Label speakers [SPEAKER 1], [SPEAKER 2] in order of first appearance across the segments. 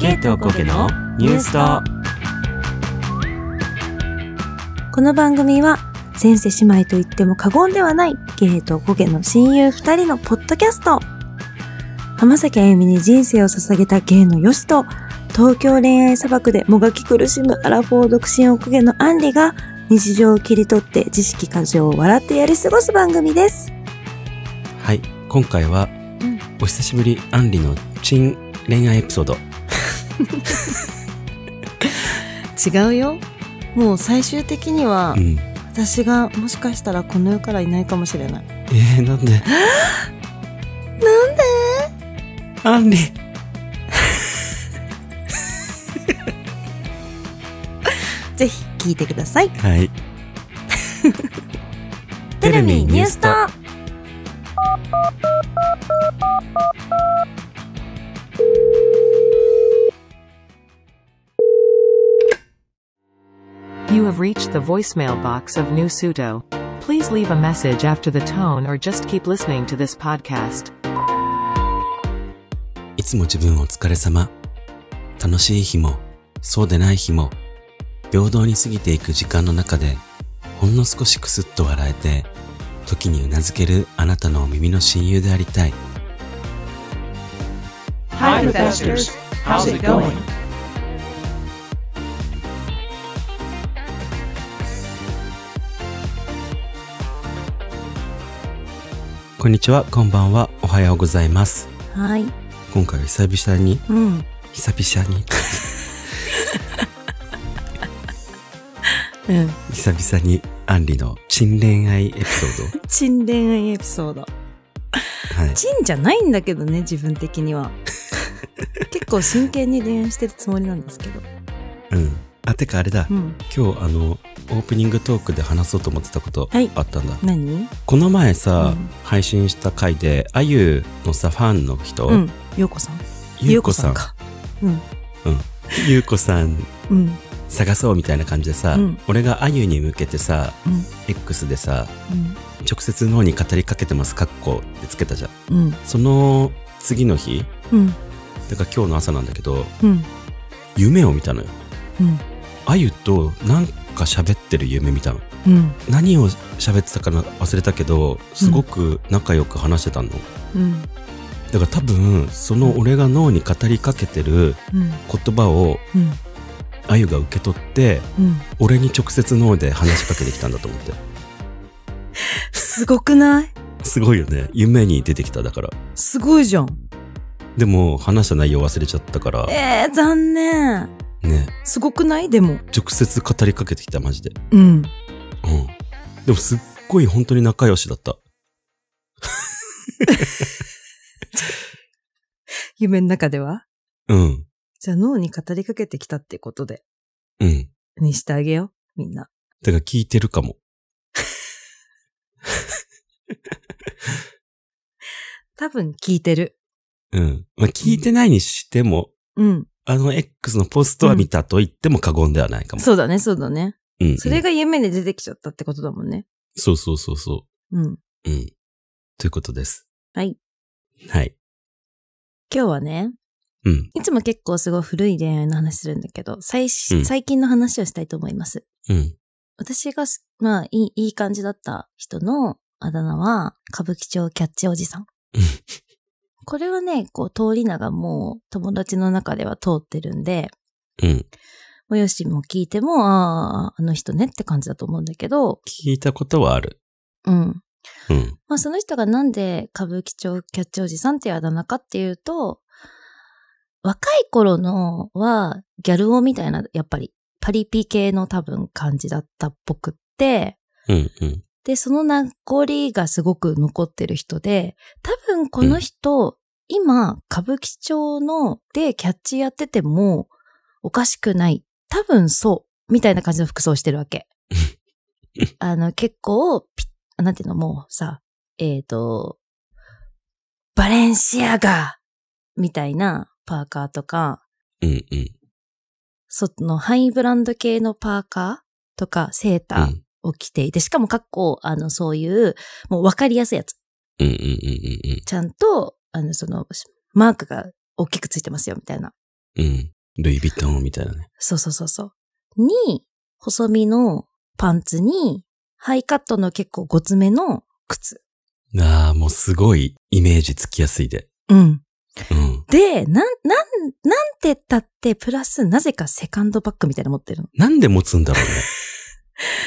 [SPEAKER 1] ケイトコケのニュースと
[SPEAKER 2] この番組は前世姉妹と言っても過言ではないゲイとゴゲの親友二人のポッドキャスト浜崎あゆみに人生を捧げたゲイのヨシと東京恋愛砂漠でもがき苦しむアラフォー独身おこげのアンリが日常を切り取って知識過剰を笑ってやり過ごす番組です
[SPEAKER 1] はい今回は、
[SPEAKER 2] ん
[SPEAKER 1] お久しぶりアンリのチン恋愛エピソード
[SPEAKER 2] 違うよもう最終的には
[SPEAKER 1] うん
[SPEAKER 2] 私がもしかしたらこの世からいないかもしれない
[SPEAKER 1] えー、 なんで
[SPEAKER 2] なんで
[SPEAKER 1] アンリ
[SPEAKER 2] ぜひ聞いてください
[SPEAKER 1] はいテレビニュースと
[SPEAKER 3] You have reached the voicemail box of New Suto. Please leave a message after the tone or just keep listening to this podcast.
[SPEAKER 1] いつも自分お疲れ様楽しい日もそうでない日も平等に過ぎていく時間の中でほんの少しくすっと笑えて時にうなずけるあなたのお耳の親友でありたい
[SPEAKER 4] Hi, investors. How's it going?
[SPEAKER 1] こんにちはこんばんはおはようございます
[SPEAKER 2] はい
[SPEAKER 1] 今回は久々に
[SPEAKER 2] うん
[SPEAKER 1] 久々に
[SPEAKER 2] うん
[SPEAKER 1] 久々にアンリの珍恋愛エピソー
[SPEAKER 2] 珍恋愛エピソード
[SPEAKER 1] ドはい
[SPEAKER 2] 珍じゃないんだけどね自分的に は結構真剣に恋愛してるつもりなんですけど
[SPEAKER 1] うんあてかあれだ
[SPEAKER 2] うん
[SPEAKER 1] 今日あのオープニングトークで話そうと思ってたこと
[SPEAKER 2] はい
[SPEAKER 1] あったんだ、
[SPEAKER 2] 何
[SPEAKER 1] この前さ、
[SPEAKER 2] うん
[SPEAKER 1] 配信した回であゆのさファンの人、
[SPEAKER 2] うん陽子さん
[SPEAKER 1] ゆうこさん
[SPEAKER 2] か
[SPEAKER 1] ゆうこさ ん
[SPEAKER 2] うん
[SPEAKER 1] 探そうみたいな感じでさ、
[SPEAKER 2] うん
[SPEAKER 1] 俺があゆに向けてさ、
[SPEAKER 2] うん
[SPEAKER 1] X でさ直接脳に語りかけてますかっこってつけたじゃん
[SPEAKER 2] うんうん
[SPEAKER 1] その次の日
[SPEAKER 2] うん
[SPEAKER 1] だから今日の朝なんだけど
[SPEAKER 2] うん
[SPEAKER 1] 夢を見たのよ
[SPEAKER 2] うん
[SPEAKER 1] あゆとなんか喋ってる夢見たの
[SPEAKER 2] うん
[SPEAKER 1] 何を喋ってたかな忘れたけどすごく仲良く話してたの、
[SPEAKER 2] うん
[SPEAKER 1] だから多分その俺が脳に語りかけてる
[SPEAKER 2] うん
[SPEAKER 1] 言葉を
[SPEAKER 2] うん
[SPEAKER 1] あゆが受け取って
[SPEAKER 2] うん
[SPEAKER 1] 俺に直接脳で話しかけてきたんだと思って
[SPEAKER 2] すごくない
[SPEAKER 1] すごいよね夢に出てきただから
[SPEAKER 2] すごいじゃん
[SPEAKER 1] でも話した内容忘れちゃったから
[SPEAKER 2] えー、残念
[SPEAKER 1] ね
[SPEAKER 2] すごくないでも
[SPEAKER 1] 直接語りかけてきたマジで
[SPEAKER 2] うん
[SPEAKER 1] うんでもすっごい本当に仲良しだった
[SPEAKER 2] 夢の中では
[SPEAKER 1] うん
[SPEAKER 2] じゃあ脳に語りかけてきたってことで
[SPEAKER 1] うん
[SPEAKER 2] にしてあげようみんな
[SPEAKER 1] だから聞いてるかも
[SPEAKER 2] 多分聞いてる
[SPEAKER 1] うんまあ聞いてないにしても
[SPEAKER 2] うん
[SPEAKER 1] あの X のポストは見たと言っても過言ではないかも、
[SPEAKER 2] そうだねそうだね
[SPEAKER 1] うん、うん
[SPEAKER 2] それが夢で出てきちゃったってことだもんね。
[SPEAKER 1] そうそうそうそう
[SPEAKER 2] うん。
[SPEAKER 1] うん。ということです。
[SPEAKER 2] はい。
[SPEAKER 1] はい。
[SPEAKER 2] 今日はね、
[SPEAKER 1] うん。
[SPEAKER 2] いつも結構すごい古い恋愛の話するんだけど、最し、
[SPEAKER 1] うん
[SPEAKER 2] 最近の話をしたいと思います。
[SPEAKER 1] うん。
[SPEAKER 2] 私がす、まあ、いい、いい感じだった人のあだ名は、歌舞伎町キャッチおじ さん
[SPEAKER 1] うん。
[SPEAKER 2] これはね、こう、通り名がもう友達の中では通ってるんで、
[SPEAKER 1] うん。
[SPEAKER 2] もうよしも聞いても、ああ、あの人ねって感じだと思うんだけど、
[SPEAKER 1] 聞いたことはある。
[SPEAKER 2] うん。
[SPEAKER 1] うん。
[SPEAKER 2] まあその人がなんで歌舞伎町キャッチおじさんっていうあだ名かっていうと、若い頃のはギャル男みたいな、やっぱりパリピ系の多分感じだったっぽくって、
[SPEAKER 1] うん。うん。
[SPEAKER 2] で、その名残がすごく残ってる人で、多分この人、今歌舞伎町のでキャッチやっててもおかしくない。多分そう。みたいな感じの服装してるわけ。あの、結構、ピッ、なんていうの、もうさ、えっ、と、バレンシアガーみたいなパーカーとか、
[SPEAKER 1] うん。うん。
[SPEAKER 2] そのハイブランド系のパーカーとかセータ
[SPEAKER 1] う
[SPEAKER 2] ー
[SPEAKER 1] ん。
[SPEAKER 2] を着ていて、しかもかっこ、あの、そういう、もうわかりやすいやつ。
[SPEAKER 1] うん。うん。うん。うん。
[SPEAKER 2] ちゃんと、あの、その、マークが大きくついてますよ、みたいな。
[SPEAKER 1] うん。ルイ・ヴィトンみたいなね。
[SPEAKER 2] そうそうそうそう。に、細身のパンツに、ハイカットの結構ごつめの靴。
[SPEAKER 1] ああ、もうすごいイメージつきやすいで。
[SPEAKER 2] うん。
[SPEAKER 1] うん。
[SPEAKER 2] で、なん、なん、なんてったって、プラス、なぜかセカンドバッグみたいなの持ってるの。
[SPEAKER 1] なんで持つんだろうね。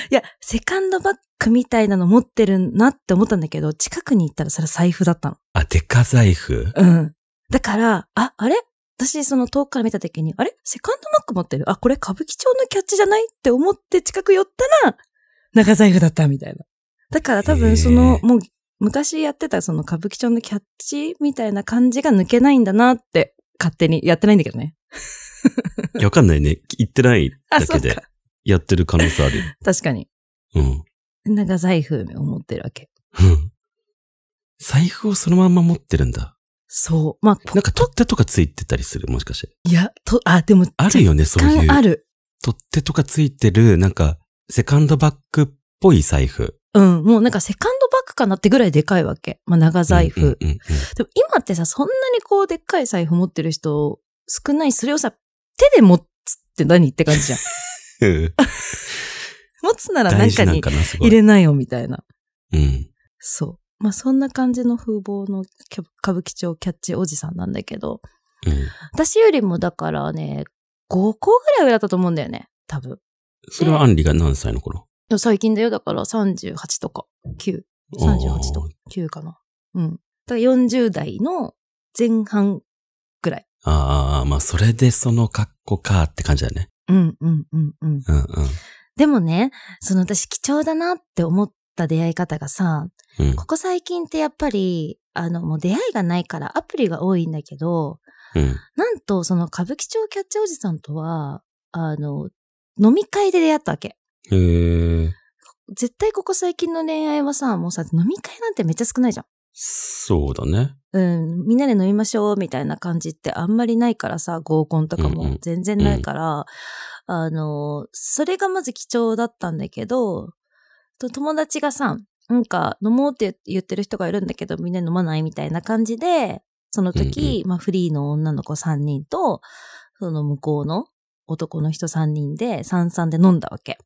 [SPEAKER 2] いや、セカンドバッグみたいなの持ってるなって思ったんだけど、近くに行ったらそれ財布だったの。
[SPEAKER 1] あ、デカ財 布
[SPEAKER 2] うん。だから、あ、あれ私、その遠くから見た時に、あれセカンドバッグ持ってるあ、これ歌舞伎町のキャッチじゃないって思って近く寄ったら、長財布だったみたいな。だから多
[SPEAKER 1] へー
[SPEAKER 2] 分その、もう、昔やってたその歌舞伎町のキャッチみたいな感じが抜けないんだなって、勝手にやってないんだけど ね。
[SPEAKER 1] いやわかんないね。言ってない
[SPEAKER 2] あ、
[SPEAKER 1] だ
[SPEAKER 2] そ
[SPEAKER 1] け
[SPEAKER 2] う
[SPEAKER 1] で
[SPEAKER 2] か。
[SPEAKER 1] やってる可能性あるよ。
[SPEAKER 2] 確かに。
[SPEAKER 1] うん。
[SPEAKER 2] 長財布を持ってるわけ。
[SPEAKER 1] うん。財布をそのまんま持ってるんだ。
[SPEAKER 2] そう。まあ、
[SPEAKER 1] なんか取っ手とかついてたりするもしかして。
[SPEAKER 2] いや、と、あ、でも、
[SPEAKER 1] あるよね、そう
[SPEAKER 2] 若
[SPEAKER 1] い
[SPEAKER 2] 干あ
[SPEAKER 1] う。
[SPEAKER 2] る。
[SPEAKER 1] 取っ手とかついてる、なんか、セカンドバッグっぽい財布。
[SPEAKER 2] うん、もうなんかセカンドバッグかなってぐらいでかいわけ。まあ長財布。
[SPEAKER 1] うんうんうん
[SPEAKER 2] でも今ってさ、そんなにこうでっかい財布持ってる人少ない。それをさ、手で持つって何って感じ じゃん。
[SPEAKER 1] うん。 うん
[SPEAKER 2] 持つなら中
[SPEAKER 1] 大事なん
[SPEAKER 2] に
[SPEAKER 1] かな、すご
[SPEAKER 2] 入
[SPEAKER 1] い。
[SPEAKER 2] れないよみたいな。
[SPEAKER 1] うん。
[SPEAKER 2] そう。まあそんな感じの風貌のキャ歌舞伎町キャッチおじさんなんだけど、
[SPEAKER 1] うん。
[SPEAKER 2] 私よりもだからね、5個ぐらい上だったと思うんだよね。多分。
[SPEAKER 1] それはアンリが何歳の頃
[SPEAKER 2] でも最近だよ。だから38とか9。38とか9かな。うん。だから40代の前半ぐらい。
[SPEAKER 1] ああ、まあ、それでその格好かって感じだね。
[SPEAKER 2] うんうんうんうん。
[SPEAKER 1] うん
[SPEAKER 2] でもね、その私貴重だなって思った出会い方がさ、
[SPEAKER 1] うん。うん。
[SPEAKER 2] ここ最近ってやっぱり、あの、もう出会いがないからアプリが多いんだけど、
[SPEAKER 1] うん。
[SPEAKER 2] なんとその歌舞伎町キャッチおじさんとは、あの、飲み会で出会ったわけ。
[SPEAKER 1] へー
[SPEAKER 2] 絶対ここ最近の恋愛はさ、もうさ、飲み会なんてめっちゃ少ないじゃん。
[SPEAKER 1] そうだね。
[SPEAKER 2] うん、みんなで飲みましょうみたいな感じってあんまりないからさ、合コンとか
[SPEAKER 1] うんう
[SPEAKER 2] も
[SPEAKER 1] ん
[SPEAKER 2] 全然ないから、あの、それがまず貴重だったんだけど、と友達がさ、なんか飲もうって言ってる人がいるんだけど、みんな飲まないみたいな感じで、その時、まあフリーの女の子3人と、その向こうの男の人3人で、三々で飲んだわけ。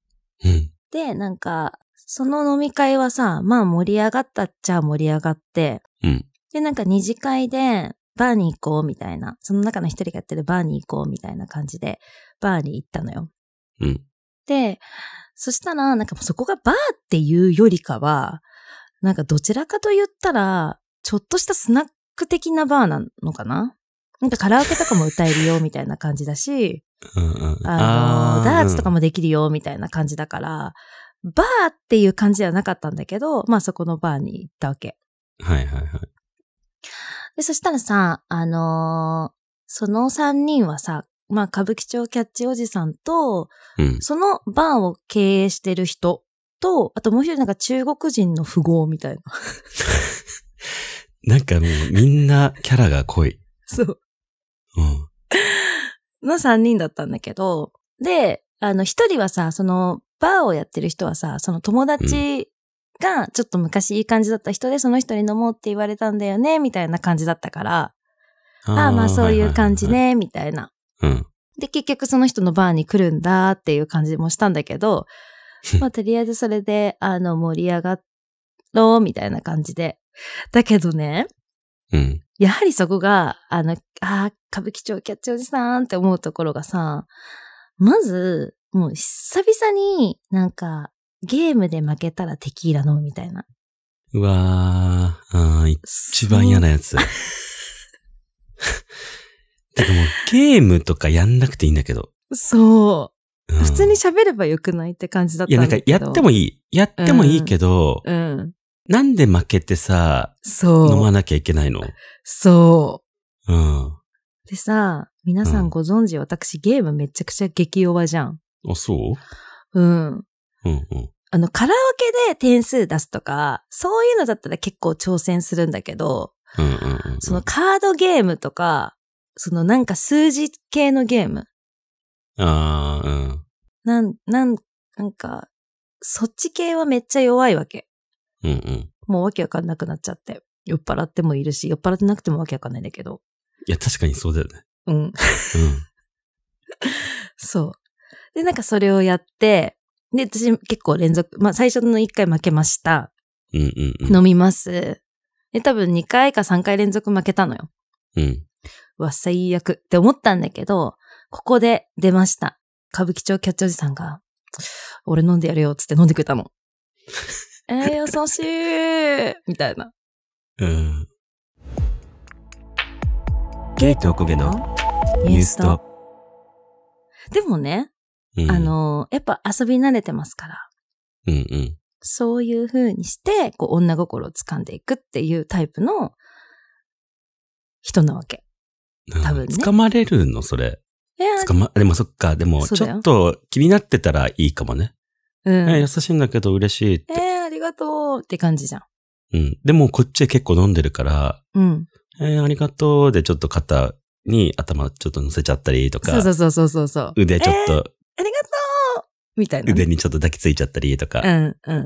[SPEAKER 1] うん。
[SPEAKER 2] で、なんか、その飲み会はさ、まあ盛り上がったっちゃ盛り上がって、
[SPEAKER 1] うん
[SPEAKER 2] で、なんか二次会で、バーに行こうみたいな、その中の一人がやってるバーに行こうみたいな感じで、バーに行ったのよ。
[SPEAKER 1] うん。
[SPEAKER 2] で、そしたら、なんかもうそこがバーっていうよりかは、なんかどちらかと言ったら、ちょっとしたスナック的なバーなのかななんかカラオケとかも歌えるよみたいな感じだし、
[SPEAKER 1] うんうん。
[SPEAKER 2] あの
[SPEAKER 1] ー
[SPEAKER 2] ダーツとかもできるよ、みたいな感じだから、バーっていう感じではなかったんだけど、まあそこのバーに行ったわけ。
[SPEAKER 1] うんはいはいはい。
[SPEAKER 2] で、そしたらさ、あのーその3人はさ、まあ歌舞伎町キャッチおじさんと、
[SPEAKER 1] うん。
[SPEAKER 2] そのバーを経営してる人と、あともう一人なんか中国人の富豪みたいな。
[SPEAKER 1] なんかもうみんなキャラが濃い。
[SPEAKER 2] そう。
[SPEAKER 1] うん。
[SPEAKER 2] の3人だったんだけど、で、あの、1人はさ、その、バーをやってる人はさ、その友達がちょっと昔いい感じだった人で、その人に飲もうって言われたんだよね、みたいな感じだったから、 ああ、まあそういう感じ
[SPEAKER 1] ね
[SPEAKER 2] ね、みたいな。
[SPEAKER 1] うん。
[SPEAKER 2] で、結局その人のバーに来るんだっていう感じもしたんだけ ど、まあとりあえずそれで、あの、盛り上がろう、みたいな感じで。だけどね、
[SPEAKER 1] うん。
[SPEAKER 2] やはりそこが、あの、あー歌舞伎町キャッチおじさんって思うところがさ、まず、もう久々になんか、ゲームで負けたらテキーラ飲むみたいな。
[SPEAKER 1] うわー、あー一番嫌なやつ。 てかもうゲームとかやんなくていいんだけど。
[SPEAKER 2] そう。
[SPEAKER 1] うん
[SPEAKER 2] 普通に喋ればよくないって感じだった
[SPEAKER 1] いや
[SPEAKER 2] ん
[SPEAKER 1] な
[SPEAKER 2] だ
[SPEAKER 1] んか
[SPEAKER 2] けど。
[SPEAKER 1] やってもいい。やってもいいけど、
[SPEAKER 2] うん。
[SPEAKER 1] なんで負けてさ、飲
[SPEAKER 2] そ
[SPEAKER 1] ま
[SPEAKER 2] う。
[SPEAKER 1] なきゃいけないの
[SPEAKER 2] そ
[SPEAKER 1] うん。
[SPEAKER 2] う。でさ、皆さ
[SPEAKER 1] うん
[SPEAKER 2] んご存知、私ゲームめちゃくちゃ激弱じゃん。
[SPEAKER 1] あ、そ
[SPEAKER 2] うん。
[SPEAKER 1] ううんうん。
[SPEAKER 2] あの、カラオケで点数出すとか、そういうのだったら結構挑戦するんだけど、
[SPEAKER 1] うんうんうん。
[SPEAKER 2] そのカードゲームとか、そのなんか数字系のゲーム。
[SPEAKER 1] ああ、うん。
[SPEAKER 2] なん、なん、なんか、そっち系はめっちゃ弱いわけ。
[SPEAKER 1] うんうん。
[SPEAKER 2] もうわけわかんなくなっちゃって。酔っ払ってもいるし、酔っ払ってなくてもわけわかんないんだけど。
[SPEAKER 1] いや、確かにそうだよね。
[SPEAKER 2] うん。
[SPEAKER 1] うん。
[SPEAKER 2] そう。で、なんかそれをやって、で、私結構連続、まあ最初の1回負けました。
[SPEAKER 1] うんうんうん。
[SPEAKER 2] 飲みます。で、多分2回か3回連続負けたのよ。
[SPEAKER 1] うん。
[SPEAKER 2] うわ、最悪って思ったんだけど、ここで出ました。歌舞伎町キャッチおじさんが、俺飲んでやるよっつって飲んでくれたの。えー、優しいみたいな。
[SPEAKER 1] うん。ゲイとおこげのニュースと。
[SPEAKER 2] でもね、
[SPEAKER 1] うん
[SPEAKER 2] あ、の、やっぱ遊び慣れてますから、
[SPEAKER 1] うんうん。
[SPEAKER 2] そういう風にして、こう、女心を掴んでいくっていうタイプの人なわけ。多分ね
[SPEAKER 1] うん掴まれるのそれ。
[SPEAKER 2] いやー
[SPEAKER 1] 掴ま、でもそっか、でも、
[SPEAKER 2] そう
[SPEAKER 1] ち
[SPEAKER 2] だよ
[SPEAKER 1] ょっと気になってたらいいかもね。
[SPEAKER 2] うん。
[SPEAKER 1] え
[SPEAKER 2] え
[SPEAKER 1] 優しいんだけど嬉しいって。
[SPEAKER 2] ー、ありがとうって感じじゃん。
[SPEAKER 1] うん。でも、こっちは結構飲んでるから、
[SPEAKER 2] うん。
[SPEAKER 1] えー、ありがとうで、ちょっと肩に頭ちょっと乗せちゃったりとか、
[SPEAKER 2] そうそうそうそうそう。
[SPEAKER 1] 腕ちょっと、
[SPEAKER 2] ありがとうみたいなね。
[SPEAKER 1] 腕にちょっと抱きついちゃったりとか、
[SPEAKER 2] うん、う ん。ね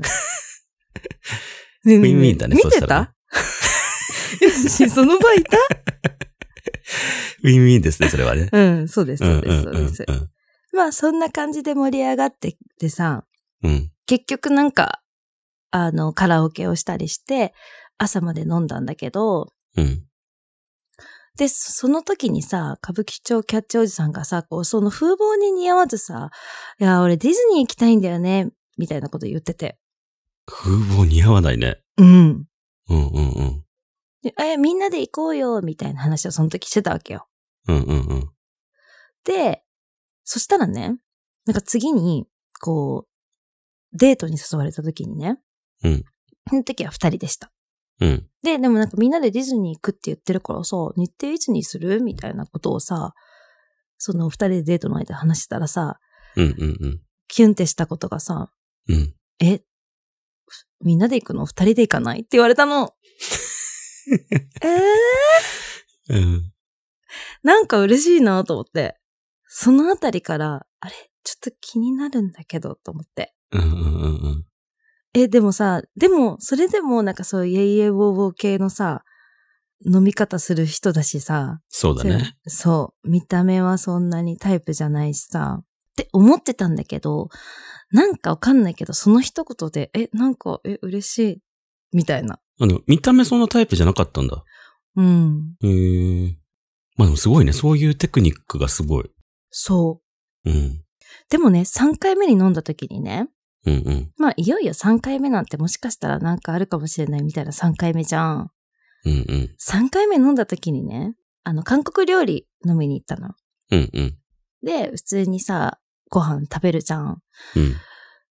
[SPEAKER 2] えねえねえ
[SPEAKER 1] ウィンウィンだね
[SPEAKER 2] 見
[SPEAKER 1] そうしてたら
[SPEAKER 2] た その場いた
[SPEAKER 1] ウィンウィンですね、それはね。
[SPEAKER 2] うん、そうです、そうです、そう
[SPEAKER 1] うん
[SPEAKER 2] です。
[SPEAKER 1] うん
[SPEAKER 2] まあ、そんな感じで盛り上がってってさ、
[SPEAKER 1] うんうん。
[SPEAKER 2] 結局なんか、あの、カラオケをしたりして、朝まで飲んだんだけど、
[SPEAKER 1] うん。
[SPEAKER 2] で、その時にさ、歌舞伎町キャッチおじさんがさ、こう、その風貌に似合わずさ、いや、俺ディズニー行きたいんだよね、みたいなこと言ってて。
[SPEAKER 1] 風貌似合わないね。
[SPEAKER 2] うん。
[SPEAKER 1] うんうんうん。
[SPEAKER 2] でえ、みんなで行こうよ、みたいな話をその時してたわけよ。
[SPEAKER 1] うんうんうん。
[SPEAKER 2] で、そしたらね、なんか次に、こう、デートに誘われた時にね、
[SPEAKER 1] うん。
[SPEAKER 2] その時は二人でした。
[SPEAKER 1] うん。
[SPEAKER 2] で、でもなんかみんなでディズニー行くって言ってるからさ、日程いつにするみたいなことをさ、その二人でデートの間話してたらさ、
[SPEAKER 1] うんうんうん。
[SPEAKER 2] キュンってしたことがさ、
[SPEAKER 1] うん。
[SPEAKER 2] え、みんなで行くの二人で行かないって言われた の。えー、
[SPEAKER 1] うん。
[SPEAKER 2] なんか嬉しいなと思って。そのあたりから、あれちょっと気になるんだけど、と思って。
[SPEAKER 1] うんうんうんうん。
[SPEAKER 2] え、でもさ、でも、それでもなんかそう、イェイイェイウォーウォー系のさ、飲み方する人だしさ、
[SPEAKER 1] そうだね。
[SPEAKER 2] そう、見た目はそんなにタイプじゃないしさ、って思ってたんだけど、なんかわかんないけど、その一言で、え、なんか、え、嬉しい、みたいな。
[SPEAKER 1] あの、見た目そのタイプじゃなかったんだ。
[SPEAKER 2] うん。
[SPEAKER 1] へえ。まあでもすごいね。そういうテクニックがすごい。
[SPEAKER 2] そう。
[SPEAKER 1] うん。
[SPEAKER 2] でもね、3回目に飲んだ時にね、
[SPEAKER 1] うんうん。
[SPEAKER 2] まあ、いよいよ3回目なんてもしかしたらなんかあるかもしれないみたいな3回目じゃん。
[SPEAKER 1] うんうん。
[SPEAKER 2] 3回目飲んだ時にね、あの、韓国料理飲みに行ったの。
[SPEAKER 1] うんうん。
[SPEAKER 2] で、普通にさ、ご飯食べるじゃん。
[SPEAKER 1] うん。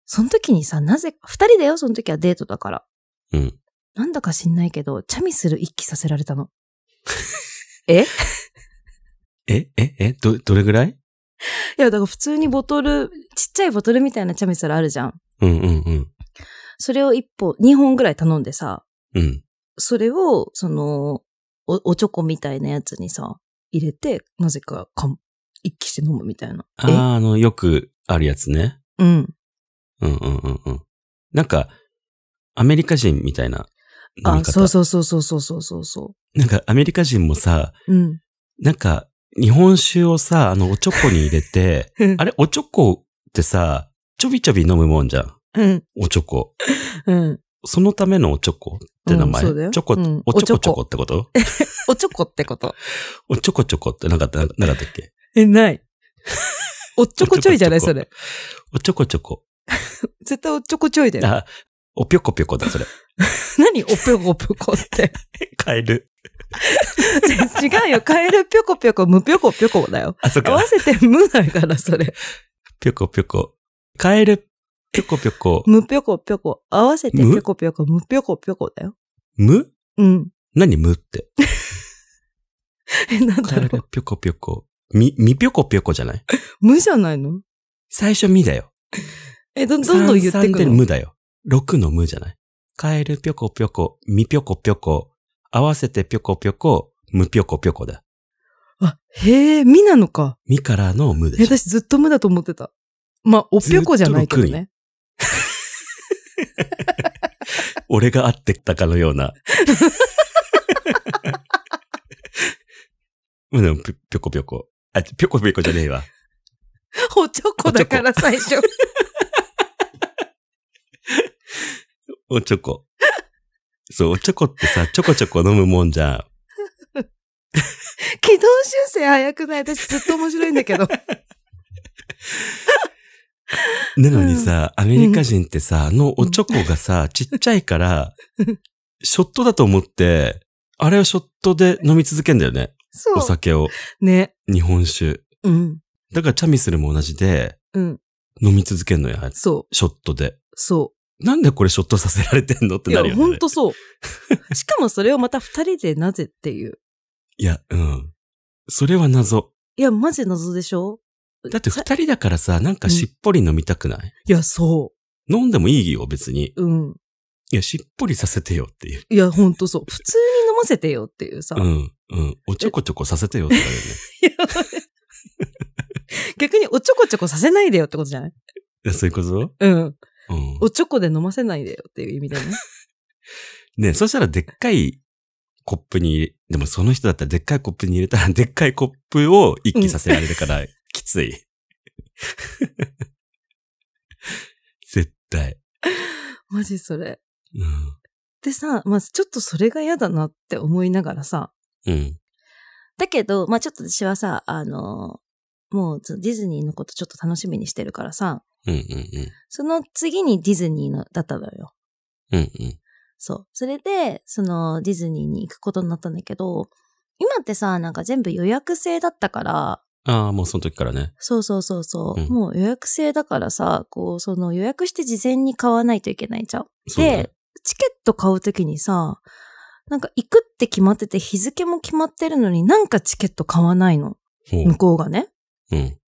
[SPEAKER 2] その時にさ、なぜか、二人だよ、その時はデートだから。
[SPEAKER 1] うん。
[SPEAKER 2] なんだか知んないけど、チャミする一気させられたの。えい
[SPEAKER 1] え、え、え、ど、どれぐらい
[SPEAKER 2] や、だから普通にボトル、ちっちゃいボトルみたいなチャミスルあるじゃん。
[SPEAKER 1] うんうんうん。
[SPEAKER 2] それを一本、二本ぐらい頼んでさ、
[SPEAKER 1] うん。
[SPEAKER 2] それを、その、お、おチョコみたいなやつにさ、入れて、なぜか、かん、一気して飲むみたいな。
[SPEAKER 1] ああ、あの、よくあるやつね。
[SPEAKER 2] えうん。
[SPEAKER 1] うんうんうんうん。なんか、アメリカ人みたいな飲み
[SPEAKER 2] あ、
[SPEAKER 1] 方。
[SPEAKER 2] そうそうそうそうそうそうそうそ
[SPEAKER 1] なんかアメリカ人もさ、
[SPEAKER 2] う。うん。
[SPEAKER 1] なんか、日本酒をさ、あの、おちょこに入 れて
[SPEAKER 2] うん、
[SPEAKER 1] あれ、おちょこってさ、ちょびちょび飲むもんじゃん。
[SPEAKER 2] うん。
[SPEAKER 1] おちょこ。
[SPEAKER 2] うん。
[SPEAKER 1] そのためのおちょこって名前。
[SPEAKER 2] うんそうだよ
[SPEAKER 1] チョコ、
[SPEAKER 2] うん
[SPEAKER 1] おちょこちょ
[SPEAKER 2] おちょ
[SPEAKER 1] こ
[SPEAKER 2] こ
[SPEAKER 1] ってこと
[SPEAKER 2] おチョコってこと
[SPEAKER 1] おちょこちょこってなかった、ななかったっけ
[SPEAKER 2] え、ない。おっちょこちょいじゃない
[SPEAKER 1] おっち
[SPEAKER 2] そ
[SPEAKER 1] ょこちょ
[SPEAKER 2] れ。
[SPEAKER 1] おちょこちょこ。
[SPEAKER 2] 絶対おっちょこちょいだよ。
[SPEAKER 1] あ、おぴょこぴょ こだ、それ。
[SPEAKER 2] 何おぴょこぴょこって。
[SPEAKER 1] カエル。
[SPEAKER 2] 違うよ。カエルぴょこぴょこ、むぴょこぴょこだよ。
[SPEAKER 1] あ、そっ
[SPEAKER 2] 合わ
[SPEAKER 1] か。
[SPEAKER 2] せて無だから、それ。
[SPEAKER 1] ぴょこぴょこ。カエル、ぴょこぴ ょこ。
[SPEAKER 2] むぴょこぴょこ。合わせて
[SPEAKER 1] む
[SPEAKER 2] ぴょこぴょこ、むぴょこぴょこだよ。
[SPEAKER 1] む
[SPEAKER 2] うん。
[SPEAKER 1] 何むって。
[SPEAKER 2] え、なんだ
[SPEAKER 1] カエ
[SPEAKER 2] ろ。
[SPEAKER 1] ル、ぴょこぴょこ。み、みぴょこぴょこじゃないう
[SPEAKER 2] 無じゃないの
[SPEAKER 1] 最初みだよ。
[SPEAKER 2] え、ど、どんどん言って
[SPEAKER 1] 三
[SPEAKER 2] く
[SPEAKER 1] で
[SPEAKER 2] の
[SPEAKER 1] 無だよ。6の無じゃない。カエルぴょこぴょこ、みぴょこぴょこ、合わせてぴょこぴょこ、むぴょこぴょこだ。
[SPEAKER 2] あ、へえ、みなのか。
[SPEAKER 1] みからの無
[SPEAKER 2] え、
[SPEAKER 1] でしょ。
[SPEAKER 2] 私ずっと無だと思ってた。まあ、おっぴょこじゃないけどね。
[SPEAKER 1] 俺が会ってたかのよう な。うん、でもぴょぴょこぴょこ。あ、ぴょこぴょこじゃねえわ。
[SPEAKER 2] おちょこだから最初。
[SPEAKER 1] おちょこ。そう、おちょこってさ、ちょこちょこ飲むもんじゃ、
[SPEAKER 2] 軌道修正早くない私ずっと面白いんだけ ど。
[SPEAKER 1] なのにさ、アメリカ人ってさ、あのおちょこがさ、ちっちゃい から、ショットだと思って、あれをショットで飲み続けんだよね。
[SPEAKER 2] そ
[SPEAKER 1] お酒を。
[SPEAKER 2] う。ね。
[SPEAKER 1] 日本酒。
[SPEAKER 2] うん。
[SPEAKER 1] だからチャミスルも同じで、
[SPEAKER 2] うん。
[SPEAKER 1] 飲み続けんのよ、あいつ
[SPEAKER 2] そう。
[SPEAKER 1] ショットで。
[SPEAKER 2] そ
[SPEAKER 1] なんでこれショットさせられてんのっ
[SPEAKER 2] う。
[SPEAKER 1] て
[SPEAKER 2] い
[SPEAKER 1] な
[SPEAKER 2] や、
[SPEAKER 1] るよね。
[SPEAKER 2] ほんとそう。しかもそれをまた二人でなぜっていう。
[SPEAKER 1] いや、うん。それは謎。
[SPEAKER 2] いや、マジ謎でしょ
[SPEAKER 1] だって
[SPEAKER 2] さ
[SPEAKER 1] 二人だからさ、なんかしっぽり飲みたくない、
[SPEAKER 2] いや、そ
[SPEAKER 1] 飲んでもいいよ、別に。
[SPEAKER 2] う。うん。
[SPEAKER 1] いや、しっぽりさせてよっていう。
[SPEAKER 2] いや、ほんとそう。普通に飲ませてよっていうさ。
[SPEAKER 1] うん、うん。おちょこちょこさせてよってなるよね。
[SPEAKER 2] 逆におちょこちょこさせないでよってことじゃない
[SPEAKER 1] いやそういうこと
[SPEAKER 2] うん。
[SPEAKER 1] うん。
[SPEAKER 2] おちょこで飲ませないでよっていう意味でね。
[SPEAKER 1] ねそしたらでっかいコップに入れ、でもその人だったらでっかいコップに入れたら、でっかいコップを一気させられるから、 きつい。絶対。
[SPEAKER 2] マジそれ。
[SPEAKER 1] うん。
[SPEAKER 2] でさ、まあ、ちょっとそれが嫌だなって思いながらさ。
[SPEAKER 1] うん。
[SPEAKER 2] だけど、まあ、ちょっと私はさ、あのもうディズニーのことちょっと楽しみにしてるからさ、
[SPEAKER 1] うんうんうん。
[SPEAKER 2] その次にディズニーのだったのよ。
[SPEAKER 1] うんうん。
[SPEAKER 2] そう。それで、そのディズニーに行くことになったんだけど、今ってさ、なんか全部予約制だったから、
[SPEAKER 1] ああ、もうその時からね。
[SPEAKER 2] そうそうそうそう、
[SPEAKER 1] うん
[SPEAKER 2] もう予約制だからさ、こう、その予約して事前に買わないといけないじゃん。
[SPEAKER 1] そうだね
[SPEAKER 2] で、チケット買うときにさ、なんか行くって決まってて日付も決まってるのになんかチケット買わないの。
[SPEAKER 1] ほ
[SPEAKER 2] 向こうがね。
[SPEAKER 1] う。うん。
[SPEAKER 2] い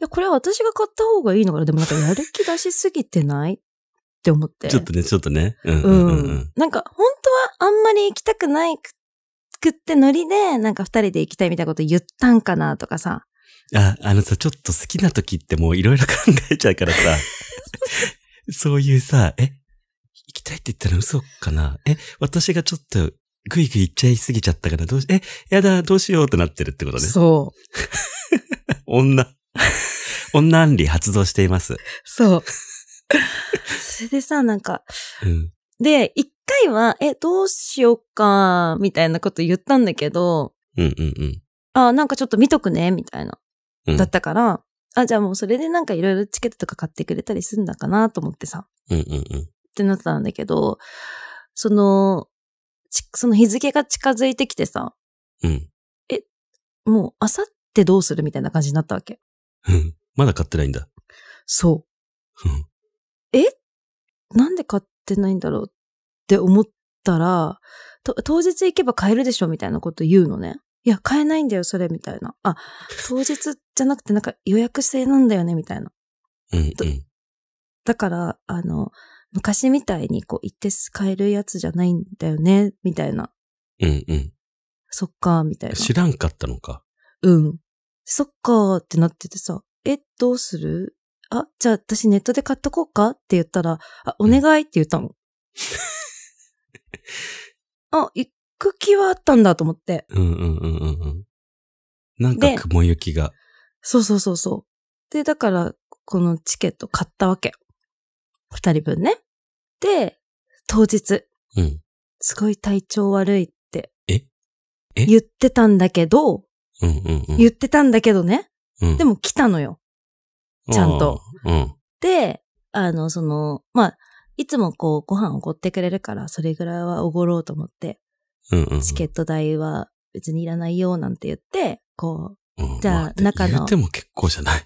[SPEAKER 2] や、これは私が買った方がいいのかな。でもなんかやる気出しすぎてないって思って。
[SPEAKER 1] ちょっとね、ちょっとね。うんう
[SPEAKER 2] うん
[SPEAKER 1] うん
[SPEAKER 2] ん、
[SPEAKER 1] うん。
[SPEAKER 2] なんか、本当はあんまり行きたくないくくってノリで、なんか二人で行きたいみたいなこと言ったんかなとかさ。
[SPEAKER 1] あ、あのさ、ちょっと好きな時ってもういろいろ考えちゃう からさ、そういうさ、え、行きたいって言ったら嘘かなえ、私がちょっとグイグイ行っちゃいすぎちゃったからどうし、え、やだ、どうしようってなってるってことね。
[SPEAKER 2] そう。
[SPEAKER 1] 女。 女アンリ発動しています。
[SPEAKER 2] そう。それでさ、なんか、
[SPEAKER 1] うん。
[SPEAKER 2] で、一回は、え、どうしようか、みたいなこと言ったんだけど、
[SPEAKER 1] うんうんうん。
[SPEAKER 2] あ、なんかちょっと見とくね、みたいな
[SPEAKER 1] うん。
[SPEAKER 2] だったから、あ、じゃあもうそれでなんかいろいろチケットとか買ってくれたりするんだかなと思ってさ、
[SPEAKER 1] うんうんうん。
[SPEAKER 2] ってなったんだけど、その、ちその日付が近づいてきてさ、
[SPEAKER 1] うん。
[SPEAKER 2] もう、あさってどうするみたいな感じになったわけ。
[SPEAKER 1] うん。まだ買ってないんだ。
[SPEAKER 2] そ
[SPEAKER 1] うん。
[SPEAKER 2] う。なんで買ってないんだろうって思ったら、と当日行けば買えるでしょみたいなこと言うのね。いや、買えないんだよ、それ、みたいな。あ、当日じゃなくてなんか予約制なんだよね、みたいな。
[SPEAKER 1] うんう
[SPEAKER 2] ど
[SPEAKER 1] ん。
[SPEAKER 2] だから、あの、昔みたいにこう、行って買えるやつじゃないんだよね、みたいな。
[SPEAKER 1] うんうん。
[SPEAKER 2] そっか、みたいな。
[SPEAKER 1] 知らんかったのか。
[SPEAKER 2] うん。そっかーってなっててさ、え、どうするあ、じゃあ私ネットで買っとこうかって言ったら、あ、お願いって言った の。あ、行く気はあったんだと思って。
[SPEAKER 1] うんうんうんうんうん。なんか
[SPEAKER 2] で
[SPEAKER 1] 雲行きが。
[SPEAKER 2] そうそうそうそう。で、だから、このチケット買ったわけ。二人分ね。で、当日、
[SPEAKER 1] うん。
[SPEAKER 2] すごい体調悪いって。
[SPEAKER 1] ええ
[SPEAKER 2] 言ってたんだけど、
[SPEAKER 1] うんうんうん。
[SPEAKER 2] 言ってたんだけどね。
[SPEAKER 1] うん
[SPEAKER 2] でも来たのよ。ちゃんと。
[SPEAKER 1] うん。
[SPEAKER 2] で、あの、その、まあ、いつもこう、ご飯をおごってくれるから、それぐらいはおごろうと思って、
[SPEAKER 1] うんうんうん。
[SPEAKER 2] チケット代は別にいらないよ、なんて言って、こ
[SPEAKER 1] うん
[SPEAKER 2] じゃあ
[SPEAKER 1] まって
[SPEAKER 2] 中の
[SPEAKER 1] 言うても結構じゃない。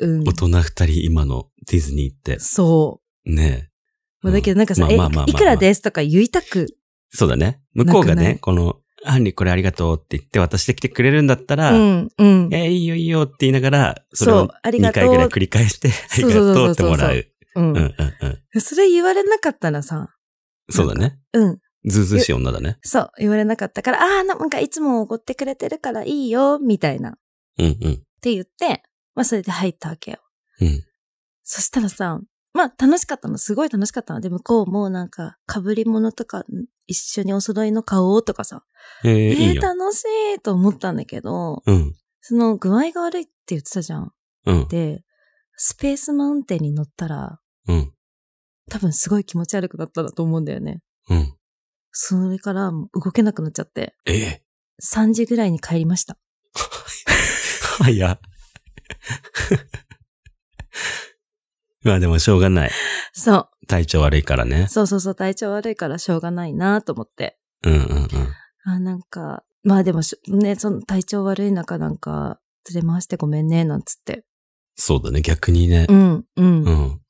[SPEAKER 2] う、うん
[SPEAKER 1] 大。人二人今のディズニーって。
[SPEAKER 2] そ
[SPEAKER 1] ね
[SPEAKER 2] う。まあだけ
[SPEAKER 1] ど。
[SPEAKER 2] どなんかさ、
[SPEAKER 1] まあまあまあまあ
[SPEAKER 2] え、いくらですとか言いたく、
[SPEAKER 1] そうだね。向こう
[SPEAKER 2] な
[SPEAKER 1] が
[SPEAKER 2] くな
[SPEAKER 1] ね、
[SPEAKER 2] い
[SPEAKER 1] この、アンリこれありがとうって言って渡してきてくれるんだったら、
[SPEAKER 2] うん、うん。
[SPEAKER 1] えーいいよいいよって言いながら、それ
[SPEAKER 2] そ
[SPEAKER 1] を
[SPEAKER 2] うあり
[SPEAKER 1] 2
[SPEAKER 2] がとう
[SPEAKER 1] 回ぐらい繰り返して、あり
[SPEAKER 2] う
[SPEAKER 1] が
[SPEAKER 2] そうそうそう
[SPEAKER 1] とうってもらう。
[SPEAKER 2] う。
[SPEAKER 1] うんうんんうん。
[SPEAKER 2] それ言われなかったらさ、
[SPEAKER 1] そうだね。
[SPEAKER 2] うん。
[SPEAKER 1] ずうずうしい女だね。
[SPEAKER 2] そう、言われなかったから、ああ、なんかいつもおごってくれてるからいいよ、みたいな。
[SPEAKER 1] うんうん。
[SPEAKER 2] って言って、まあそれで入ったわけよ。
[SPEAKER 1] うん
[SPEAKER 2] そしたらさ、まあ楽しかったの、すごい楽しかったの。で、向こうもなんか被り物とかん一緒にお揃いの顔とかさ、
[SPEAKER 1] えー、
[SPEAKER 2] え
[SPEAKER 1] いい
[SPEAKER 2] ー
[SPEAKER 1] よ。
[SPEAKER 2] 楽しいと思ったんだけど、
[SPEAKER 1] うん。
[SPEAKER 2] その具合が悪いって言ってたじゃん。
[SPEAKER 1] うん。
[SPEAKER 2] で、スペースマウンテンに乗ったら、
[SPEAKER 1] うん。
[SPEAKER 2] 多分すごい気持ち悪くなったんだと思うんだよね。
[SPEAKER 1] うん。
[SPEAKER 2] それからもう動けなくなっちゃって、
[SPEAKER 1] ええ。
[SPEAKER 2] 3時ぐらいに帰りました。
[SPEAKER 1] 早っ。 まあでもしょうがない。
[SPEAKER 2] そ
[SPEAKER 1] 体調悪いからね
[SPEAKER 2] う。。そうそうそう、体調悪いからしょうがないなと思って。
[SPEAKER 1] うんうんうん。
[SPEAKER 2] あ、なんか、まあでもし、ね、その体調悪い中なんか、連れ回してごめんね、なんつって。
[SPEAKER 1] そうだね、逆にね
[SPEAKER 2] う。ん、うん。
[SPEAKER 1] うん。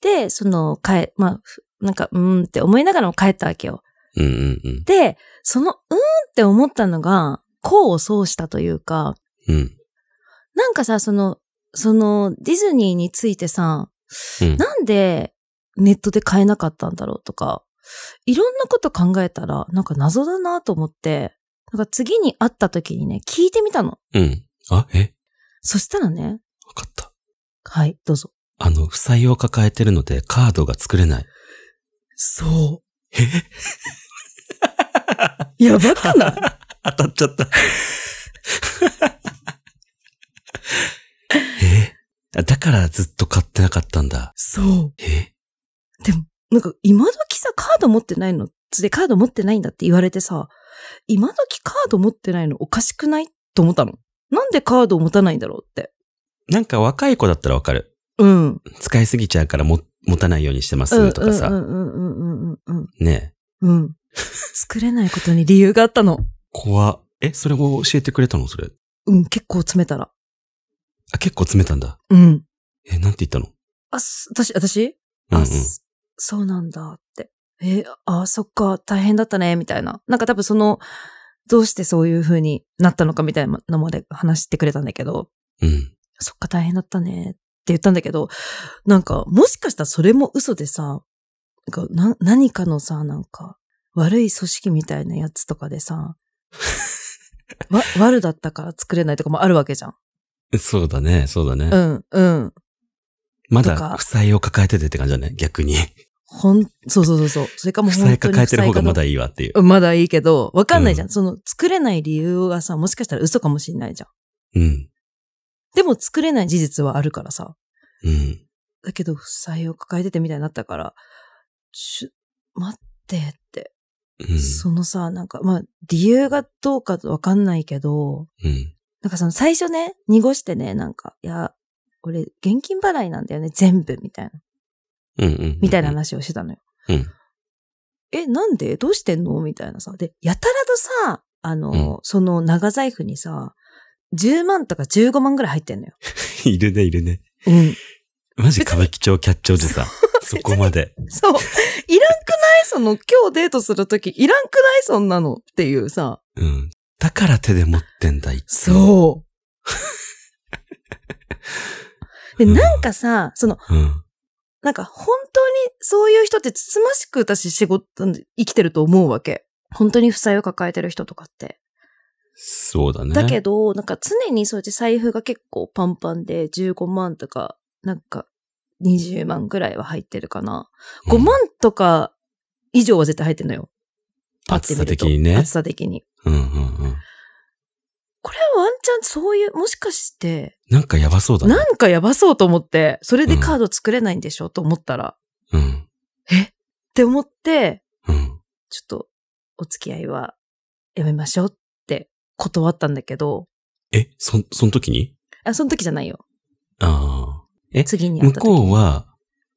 [SPEAKER 2] で、その、帰、まあ、ふなんか、うーんって思いながらも帰ったわけよ。
[SPEAKER 1] うんうんうん。
[SPEAKER 2] で、その、うーんって思ったのが、功を奏したというか、
[SPEAKER 1] うん。
[SPEAKER 2] なんかさ、その、その、ディズニーについてさ、
[SPEAKER 1] うん
[SPEAKER 2] なんでネットで買えなかったんだろうとか、いろんなこと考えたら、なんか謎だなと思って、なんか次に会った時にね、聞いてみたの。
[SPEAKER 1] うん。あ、え
[SPEAKER 2] そしたらね、
[SPEAKER 1] わかった。
[SPEAKER 2] はい、どうぞ。
[SPEAKER 1] あの、負債を抱えてるのでカードが 作れない。
[SPEAKER 2] そう。えやばくない
[SPEAKER 1] 当たっちゃった。 えあだからずっと買ってなかったんだ。
[SPEAKER 2] そう。
[SPEAKER 1] え
[SPEAKER 2] でも、なんか今時さ、カード持ってないのつでカード持ってないんだって言われてさ、今時カード持ってないのおかしくないと思ったの。なんでカードを持たないんだろうって。
[SPEAKER 1] なんか若い子だったらわかる。
[SPEAKER 2] うん。
[SPEAKER 1] 使いすぎちゃうからも、持たないようにしてますとかさ。
[SPEAKER 2] うんうんうんうんうんうん
[SPEAKER 1] ねえ。
[SPEAKER 2] うん。うん。 作れないことに理由があったの。
[SPEAKER 1] 怖っえ、それを教えてくれたのそれ。
[SPEAKER 2] うん、結構詰めたら。
[SPEAKER 1] あ、結構詰めたんだ。
[SPEAKER 2] うん。
[SPEAKER 1] え、なんて言ったの
[SPEAKER 2] あ、す私、私、
[SPEAKER 1] うんう
[SPEAKER 2] あ、
[SPEAKER 1] ん。
[SPEAKER 2] すそうなんだって。えーあ、そっか、大変だったね、みたいな。なんか多分その、どうしてそういう風になったのかみたいなのまで話してくれたんだけど。
[SPEAKER 1] うん。
[SPEAKER 2] そっか大変だったねって言ったんだけど、なんかもしかしたらそれも嘘でさ、なんかな何かのさ、なんか悪い組織みたいなやつとかで さ、わ、悪だったから作れないとかもあるわけじゃん。
[SPEAKER 1] そうだね、そうだね。
[SPEAKER 2] うん、うん。
[SPEAKER 1] ま
[SPEAKER 2] とか
[SPEAKER 1] だ負債を抱えててって感じだね、逆に。
[SPEAKER 2] ほん、そうそうそうそう。それかも
[SPEAKER 1] 負
[SPEAKER 2] う本
[SPEAKER 1] 債
[SPEAKER 2] 当に
[SPEAKER 1] 抱えてる方がまだ
[SPEAKER 2] い
[SPEAKER 1] いいわっていう。
[SPEAKER 2] い。まだいいけど、わかんないじゃん。その作れない理由がさ、もしかしたら嘘かもしんないじゃん。
[SPEAKER 1] うん。
[SPEAKER 2] でも作れない事実はあるからさ。
[SPEAKER 1] うん。
[SPEAKER 2] だけど、負債を抱えててみたいになったから、ちょ、待ってって。
[SPEAKER 1] うん。
[SPEAKER 2] そのさ、なんか、まあ、理由がどうかわかんないけど、
[SPEAKER 1] うん。
[SPEAKER 2] なんかその最初ね、濁してね、なんか、いや、俺、現金払いなんだよね、全部、みたいな、
[SPEAKER 1] うんうん。
[SPEAKER 2] みたいな話をしてたのよ。
[SPEAKER 1] うん。
[SPEAKER 2] え、なんでどうしてんのみたいなさ。で、やたらとさ、あの、
[SPEAKER 1] うん
[SPEAKER 2] その長財布にさ、10万とか15万ぐらい入ってんのよ。
[SPEAKER 1] いるね、いるね。
[SPEAKER 2] うん。
[SPEAKER 1] マジ歌舞伎町キャッチョー でさ、 そこまで。
[SPEAKER 2] そう。いらんくないその、今日デートするとき、いらんくないそんなのっていうさ。
[SPEAKER 1] うん。だから手で持ってんだ、いつも。
[SPEAKER 2] そう。で、なんかさ、その、
[SPEAKER 1] うん。
[SPEAKER 2] なんか本当にそういう人ってつつましく私仕事、生きてると思うわけ。本当に負債を抱えてる人とかって。
[SPEAKER 1] そうだね。
[SPEAKER 2] だけど、なんか常にそうやって財布が結構パンパンで15万とか、なんか20万ぐらいは入ってるかな。5万とか以上は絶対入ってんのよ。パッて見ると
[SPEAKER 1] 暑さ的にね
[SPEAKER 2] 暑さ的に。
[SPEAKER 1] うんうんうん。
[SPEAKER 2] これはワンチャンそういう、もしかして、
[SPEAKER 1] なんかやばそうだね。
[SPEAKER 2] なんかやばそうと思って、それでカード作れないんでしょ、と思ったら。っ
[SPEAKER 1] うん。
[SPEAKER 2] て思って、
[SPEAKER 1] うん。
[SPEAKER 2] ちょっとお付き合いはやめましょうって断ったんだけど、
[SPEAKER 1] え、そ、その時に
[SPEAKER 2] あ、その時じゃないよ。
[SPEAKER 1] ああ。え、
[SPEAKER 2] 次に会っ
[SPEAKER 1] 向
[SPEAKER 2] た時に。
[SPEAKER 1] こうは、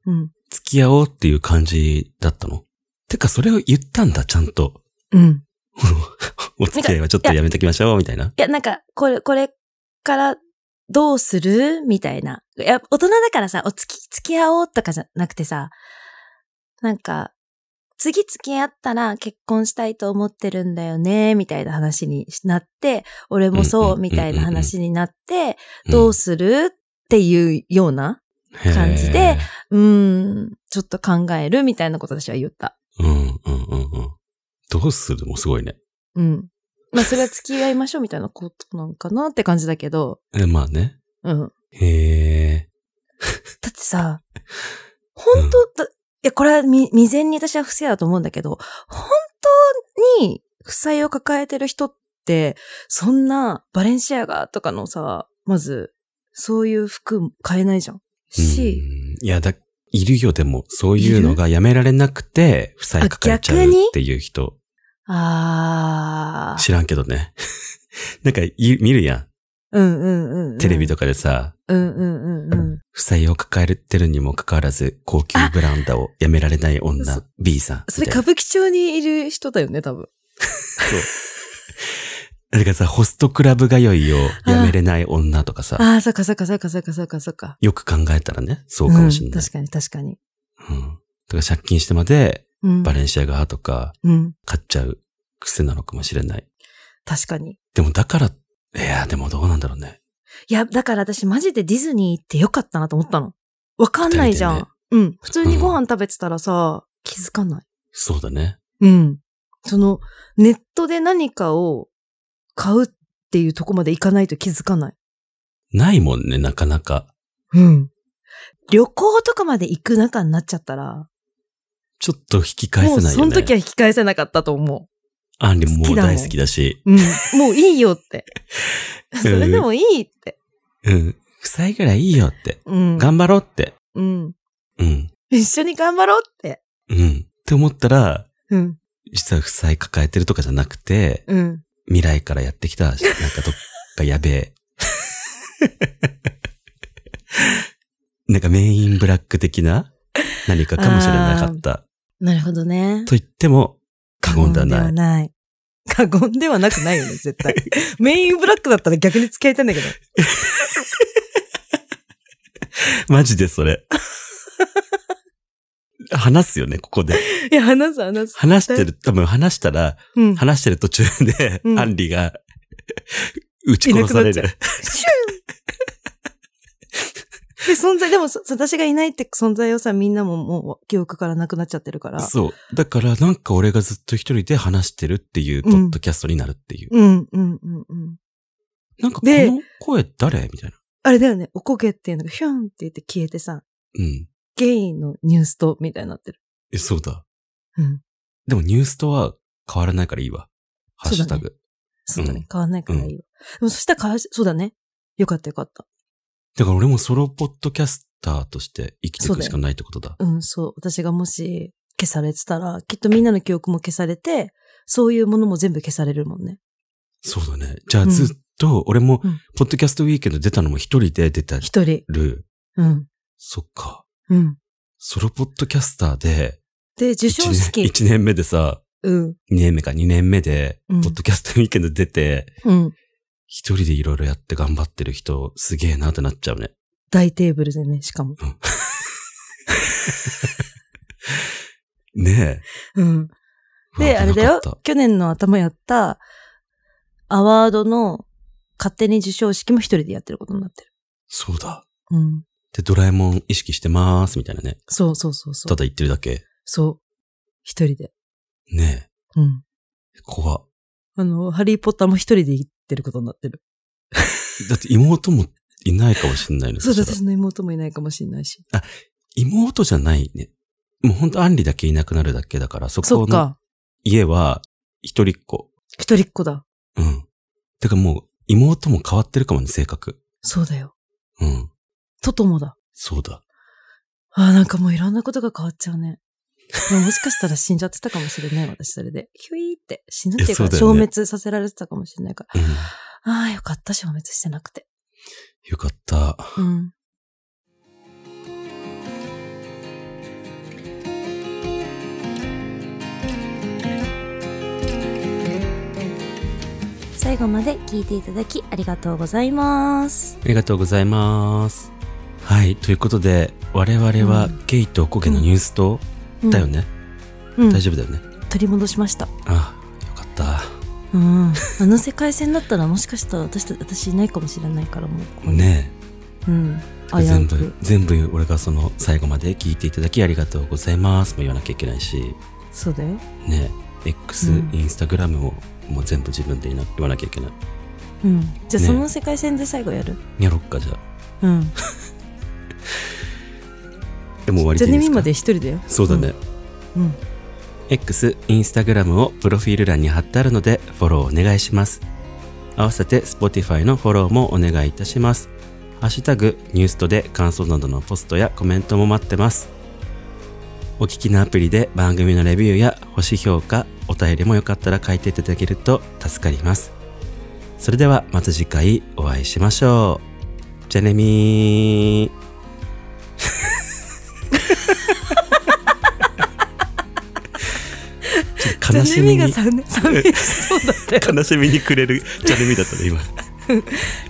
[SPEAKER 2] うん。
[SPEAKER 1] 付き合おうっていう感じだったのてか、それを言ったんだ、ちゃんと。
[SPEAKER 2] うん。
[SPEAKER 1] お付き合いはちょっとやめときましょう、みたいな。
[SPEAKER 2] いや、なんか、これ、これからどうするみたいな。いや、大人だからさ、お付き、付き合おうとかじゃなくてさ、なんか、次付き合ったら結婚したいと思ってるんだよね、みたいな話になって、俺も
[SPEAKER 1] うんうん
[SPEAKER 2] そ
[SPEAKER 1] うんう
[SPEAKER 2] う、
[SPEAKER 1] ん
[SPEAKER 2] みたいな話になって、どうするっていうような、
[SPEAKER 1] うん
[SPEAKER 2] 感じ。
[SPEAKER 1] へ
[SPEAKER 2] で
[SPEAKER 1] ー
[SPEAKER 2] うーん、ちょっと考えるみたいなこと私は言った。
[SPEAKER 1] うん、うん、うん、うん。どうするもすごいね。
[SPEAKER 2] うん。まあ、それは付き合いましょうみたいなことなんかなって感じだけど、
[SPEAKER 1] え、まあね。
[SPEAKER 2] うん。
[SPEAKER 1] へえ。
[SPEAKER 2] だってさ、本当だ、いや、これはみ未然に私は不正だと思うんだけど、本当に負債を抱えてる人って、そんなバレンシアガとかのさ、まず、そういう服買えないじゃん。し、
[SPEAKER 1] うんいや、だ、いるよ、でも、そういうのがやめられなくて、負債抱えちゃうっていう人、
[SPEAKER 2] あー。
[SPEAKER 1] 知らんけどね。 なんか、い見るやん。
[SPEAKER 2] うんうんうんうん。
[SPEAKER 1] テレビとかでさ、
[SPEAKER 2] うんうんうんうん。
[SPEAKER 1] 負債を抱えてるにもかかわらず、高級ブランドをやめられない女、B さんみたいな。
[SPEAKER 2] それ歌舞伎町にいる人だよね、多分。
[SPEAKER 1] だからさ、ホストクラブ通いをやめれない女とかさ、
[SPEAKER 2] ああ、そっかそっかそっかそっかそっかそっか。
[SPEAKER 1] よく考えたらね、そうかもしれ
[SPEAKER 2] うん
[SPEAKER 1] ない。
[SPEAKER 2] 確かに確かに。
[SPEAKER 1] うん。だから借金してまで、
[SPEAKER 2] うん。
[SPEAKER 1] バレンシアガーとか
[SPEAKER 2] うん。
[SPEAKER 1] 買っちゃう癖なのかもしれない。
[SPEAKER 2] 確かに。
[SPEAKER 1] でもだから、いや、でもどうなんだろうね。
[SPEAKER 2] いや、だから私マジでディズニー行ってよかったなと思ったの。わかんないじゃん。
[SPEAKER 1] 二人
[SPEAKER 2] うん。普通にご飯食べてたらさ、気づかない。
[SPEAKER 1] そうだね。
[SPEAKER 2] うん。その、ネットで何かを買うっていうとこまで行かないと気づかない。
[SPEAKER 1] ないもんね、なかなか。
[SPEAKER 2] うん。旅行とかまで行く中になっちゃったら、
[SPEAKER 1] ちょっと引き返せ
[SPEAKER 2] も
[SPEAKER 1] な
[SPEAKER 2] う
[SPEAKER 1] いよね。
[SPEAKER 2] その時は引き返せなかったと思
[SPEAKER 1] アンリも
[SPEAKER 2] 好
[SPEAKER 1] も
[SPEAKER 2] き
[SPEAKER 1] う
[SPEAKER 2] だもん
[SPEAKER 1] 大好きだし。
[SPEAKER 2] う。うん。もういいよって。それでもいいって。
[SPEAKER 1] うん。負債ぐらいいいよって。
[SPEAKER 2] うん。
[SPEAKER 1] 頑張ろうって。
[SPEAKER 2] うん。
[SPEAKER 1] うん。
[SPEAKER 2] 一緒に頑張ろうって。
[SPEAKER 1] うん。って思ったら、
[SPEAKER 2] うん。
[SPEAKER 1] 実は負債抱えてるとかじゃなくて、
[SPEAKER 2] うん。
[SPEAKER 1] 未来からやってきた、 なんかどっかやべえ。なんかメインブラック的な何かかもしれなかった。
[SPEAKER 2] なるほどね。
[SPEAKER 1] と言っても過言ではない。
[SPEAKER 2] い。過言ではなくない よね、絶対。メインブラックだったら逆に付き合いたいんだけど。
[SPEAKER 1] マジでそれ。話すよね、ここで。
[SPEAKER 2] いや、話す話す。
[SPEAKER 1] 話してる、多分話したら、
[SPEAKER 2] うん。
[SPEAKER 1] 話してる途中で、
[SPEAKER 2] うん
[SPEAKER 1] アンリが、撃ち殺され
[SPEAKER 2] いなく
[SPEAKER 1] る。
[SPEAKER 2] シュンで、存在、でもそ、そ私がいないって存在をさ、みんなももう記憶からなくなっちゃってるから。
[SPEAKER 1] そう。だから、なんか俺がずっと一人で話してるっていう、ポッドキャストになるっていう。
[SPEAKER 2] うん、うん、うん、うん。
[SPEAKER 1] なんか、こ
[SPEAKER 2] で
[SPEAKER 1] の声誰みたいな。
[SPEAKER 2] あれだよね、おこげっていうのがヒュンって言って消えてさ、
[SPEAKER 1] うん。
[SPEAKER 2] ゲイのニュースと、みたいになってる。
[SPEAKER 1] え、そうだ。
[SPEAKER 2] うん。
[SPEAKER 1] でもニュースとは変わらないからいいわ。ハッシュタ
[SPEAKER 2] そ
[SPEAKER 1] グ。
[SPEAKER 2] そうだね、
[SPEAKER 1] うん
[SPEAKER 2] 変わんないからいいわ。でもそしたら変わし、そうだね。よかったよかった。
[SPEAKER 1] だから俺もソロポッドキャスターとして生きていくしかないってことだ。
[SPEAKER 2] うん、そう。私がもし消されてたら、きっとみんなの記憶も消されて、そういうものも全部消されるもんね。
[SPEAKER 1] そうだね。じゃ
[SPEAKER 2] う
[SPEAKER 1] あ
[SPEAKER 2] ん
[SPEAKER 1] ずっと、俺も
[SPEAKER 2] うん、
[SPEAKER 1] ポッドキャストウィークエンド出たのも一人で出た
[SPEAKER 2] 一人。
[SPEAKER 1] る。
[SPEAKER 2] うん。
[SPEAKER 1] そっか。
[SPEAKER 2] うん。
[SPEAKER 1] ソロポッドキャスターで、
[SPEAKER 2] で、授賞式。
[SPEAKER 1] 1年目でさ、
[SPEAKER 2] うん。
[SPEAKER 1] 2年目か2年目で、
[SPEAKER 2] うん
[SPEAKER 1] ポッドキャストウィークエンド出て、
[SPEAKER 2] うん。
[SPEAKER 1] 一人でいろいろやって頑張ってる人、すげえなってなっちゃうね。
[SPEAKER 2] 大テーブルでね、しかも。
[SPEAKER 1] ね
[SPEAKER 2] うん。
[SPEAKER 1] え。
[SPEAKER 2] で、
[SPEAKER 1] うわ
[SPEAKER 2] あれだ
[SPEAKER 1] な
[SPEAKER 2] よ
[SPEAKER 1] かっ。
[SPEAKER 2] 去年の頭やった、アワードの勝手に授賞式も一人でやってることになってる。
[SPEAKER 1] たそうだ。
[SPEAKER 2] うん。
[SPEAKER 1] で、ドラえもん意識してます、みたいなね。
[SPEAKER 2] そうそうそうそ
[SPEAKER 1] た
[SPEAKER 2] う。
[SPEAKER 1] だ言ってるだけ。
[SPEAKER 2] そう。一人で。
[SPEAKER 1] ね
[SPEAKER 2] うん。
[SPEAKER 1] え。怖っ
[SPEAKER 2] あの、ハリーポッターも一人で行ってることになってる。
[SPEAKER 1] だって妹もいないかもしれないの。
[SPEAKER 2] そうだ、
[SPEAKER 1] したら
[SPEAKER 2] 私の妹もいないかもしれないし。
[SPEAKER 1] 妹じゃないね。もうほんとアンリだけいなくなるだけだから、そ
[SPEAKER 2] そ
[SPEAKER 1] こ
[SPEAKER 2] っ
[SPEAKER 1] の
[SPEAKER 2] か。
[SPEAKER 1] 家は一人っ子。
[SPEAKER 2] 一人っ子だ。
[SPEAKER 1] うん。てかもう妹も変わってるかもね、性格。
[SPEAKER 2] そうだよ。
[SPEAKER 1] うん。
[SPEAKER 2] トトもだ。
[SPEAKER 1] そうだ。
[SPEAKER 2] ああ、なんかもういろんなことが変わっちゃうね。でももしかしたら死んじゃってたかもしれない、私それで。ヒュイーって死ぬっていうか
[SPEAKER 1] いやそうだ
[SPEAKER 2] 消
[SPEAKER 1] よね
[SPEAKER 2] 滅させられてたかもしれないから。
[SPEAKER 1] うん。
[SPEAKER 2] ああ、よかった、消滅してなくて。
[SPEAKER 1] よかった。
[SPEAKER 2] うん。最後まで聞いていただきありがとうございます。
[SPEAKER 1] ありがとうございます。はい。ということで、我々は
[SPEAKER 2] うん
[SPEAKER 1] ゲイとおこげのニュースと、だよね、
[SPEAKER 2] うん。うん
[SPEAKER 1] 大丈夫だよね。
[SPEAKER 2] 取り戻しました。
[SPEAKER 1] ああ、よかった。
[SPEAKER 2] うん、あの世界線だったらもしかしたら私た私いないかもしれないからもうここに
[SPEAKER 1] ね
[SPEAKER 2] うん
[SPEAKER 1] え。
[SPEAKER 2] 危
[SPEAKER 1] 全
[SPEAKER 2] う
[SPEAKER 1] 部
[SPEAKER 2] く、
[SPEAKER 1] 全部俺がその最後まで聞いていただきありがとうございますも言わなきゃいけないし。
[SPEAKER 2] そうだよ
[SPEAKER 1] ね X、
[SPEAKER 2] うん
[SPEAKER 1] インスタグラムをもう全部自分で言いな言わなきゃいけない
[SPEAKER 2] うんじゃあ
[SPEAKER 1] ね
[SPEAKER 2] その世界線で最後やる、
[SPEAKER 1] やろっかじゃあ
[SPEAKER 2] うん
[SPEAKER 1] でも終わり
[SPEAKER 2] じ
[SPEAKER 1] で
[SPEAKER 2] ゃあね
[SPEAKER 1] いいで
[SPEAKER 2] み
[SPEAKER 1] すか
[SPEAKER 2] まで一人だよ
[SPEAKER 1] そうだね、
[SPEAKER 2] うんうん
[SPEAKER 1] X インスタグラムをプロフィール欄に貼ってあるのでフォローお願いします合わせて Spotify のフォローもお願いいたします。ハッシュタグニュースとで感想などのポストやコメントも待ってます。お聞きのアプリで番組のレビューや星評価、お便りもよかったら書いていただけると助かります。それではまた次回お会いしましょう。じゃあねみ ー。ちょっと悲しみに
[SPEAKER 2] ジャネミがさ 寂しそうだったよ。
[SPEAKER 1] 悲しみにくれるジャネミだったね今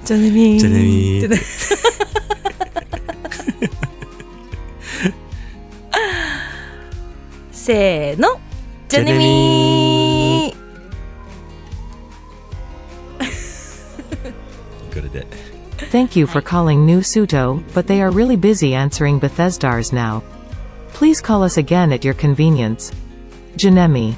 [SPEAKER 2] ジャネミー。
[SPEAKER 1] ジャネミー
[SPEAKER 2] ってねせーの。ジャネミー。
[SPEAKER 1] これで
[SPEAKER 3] Thank you for calling New Suto, but they are really busy answering Bethesdars now. Please call us again at your convenience. Janemi.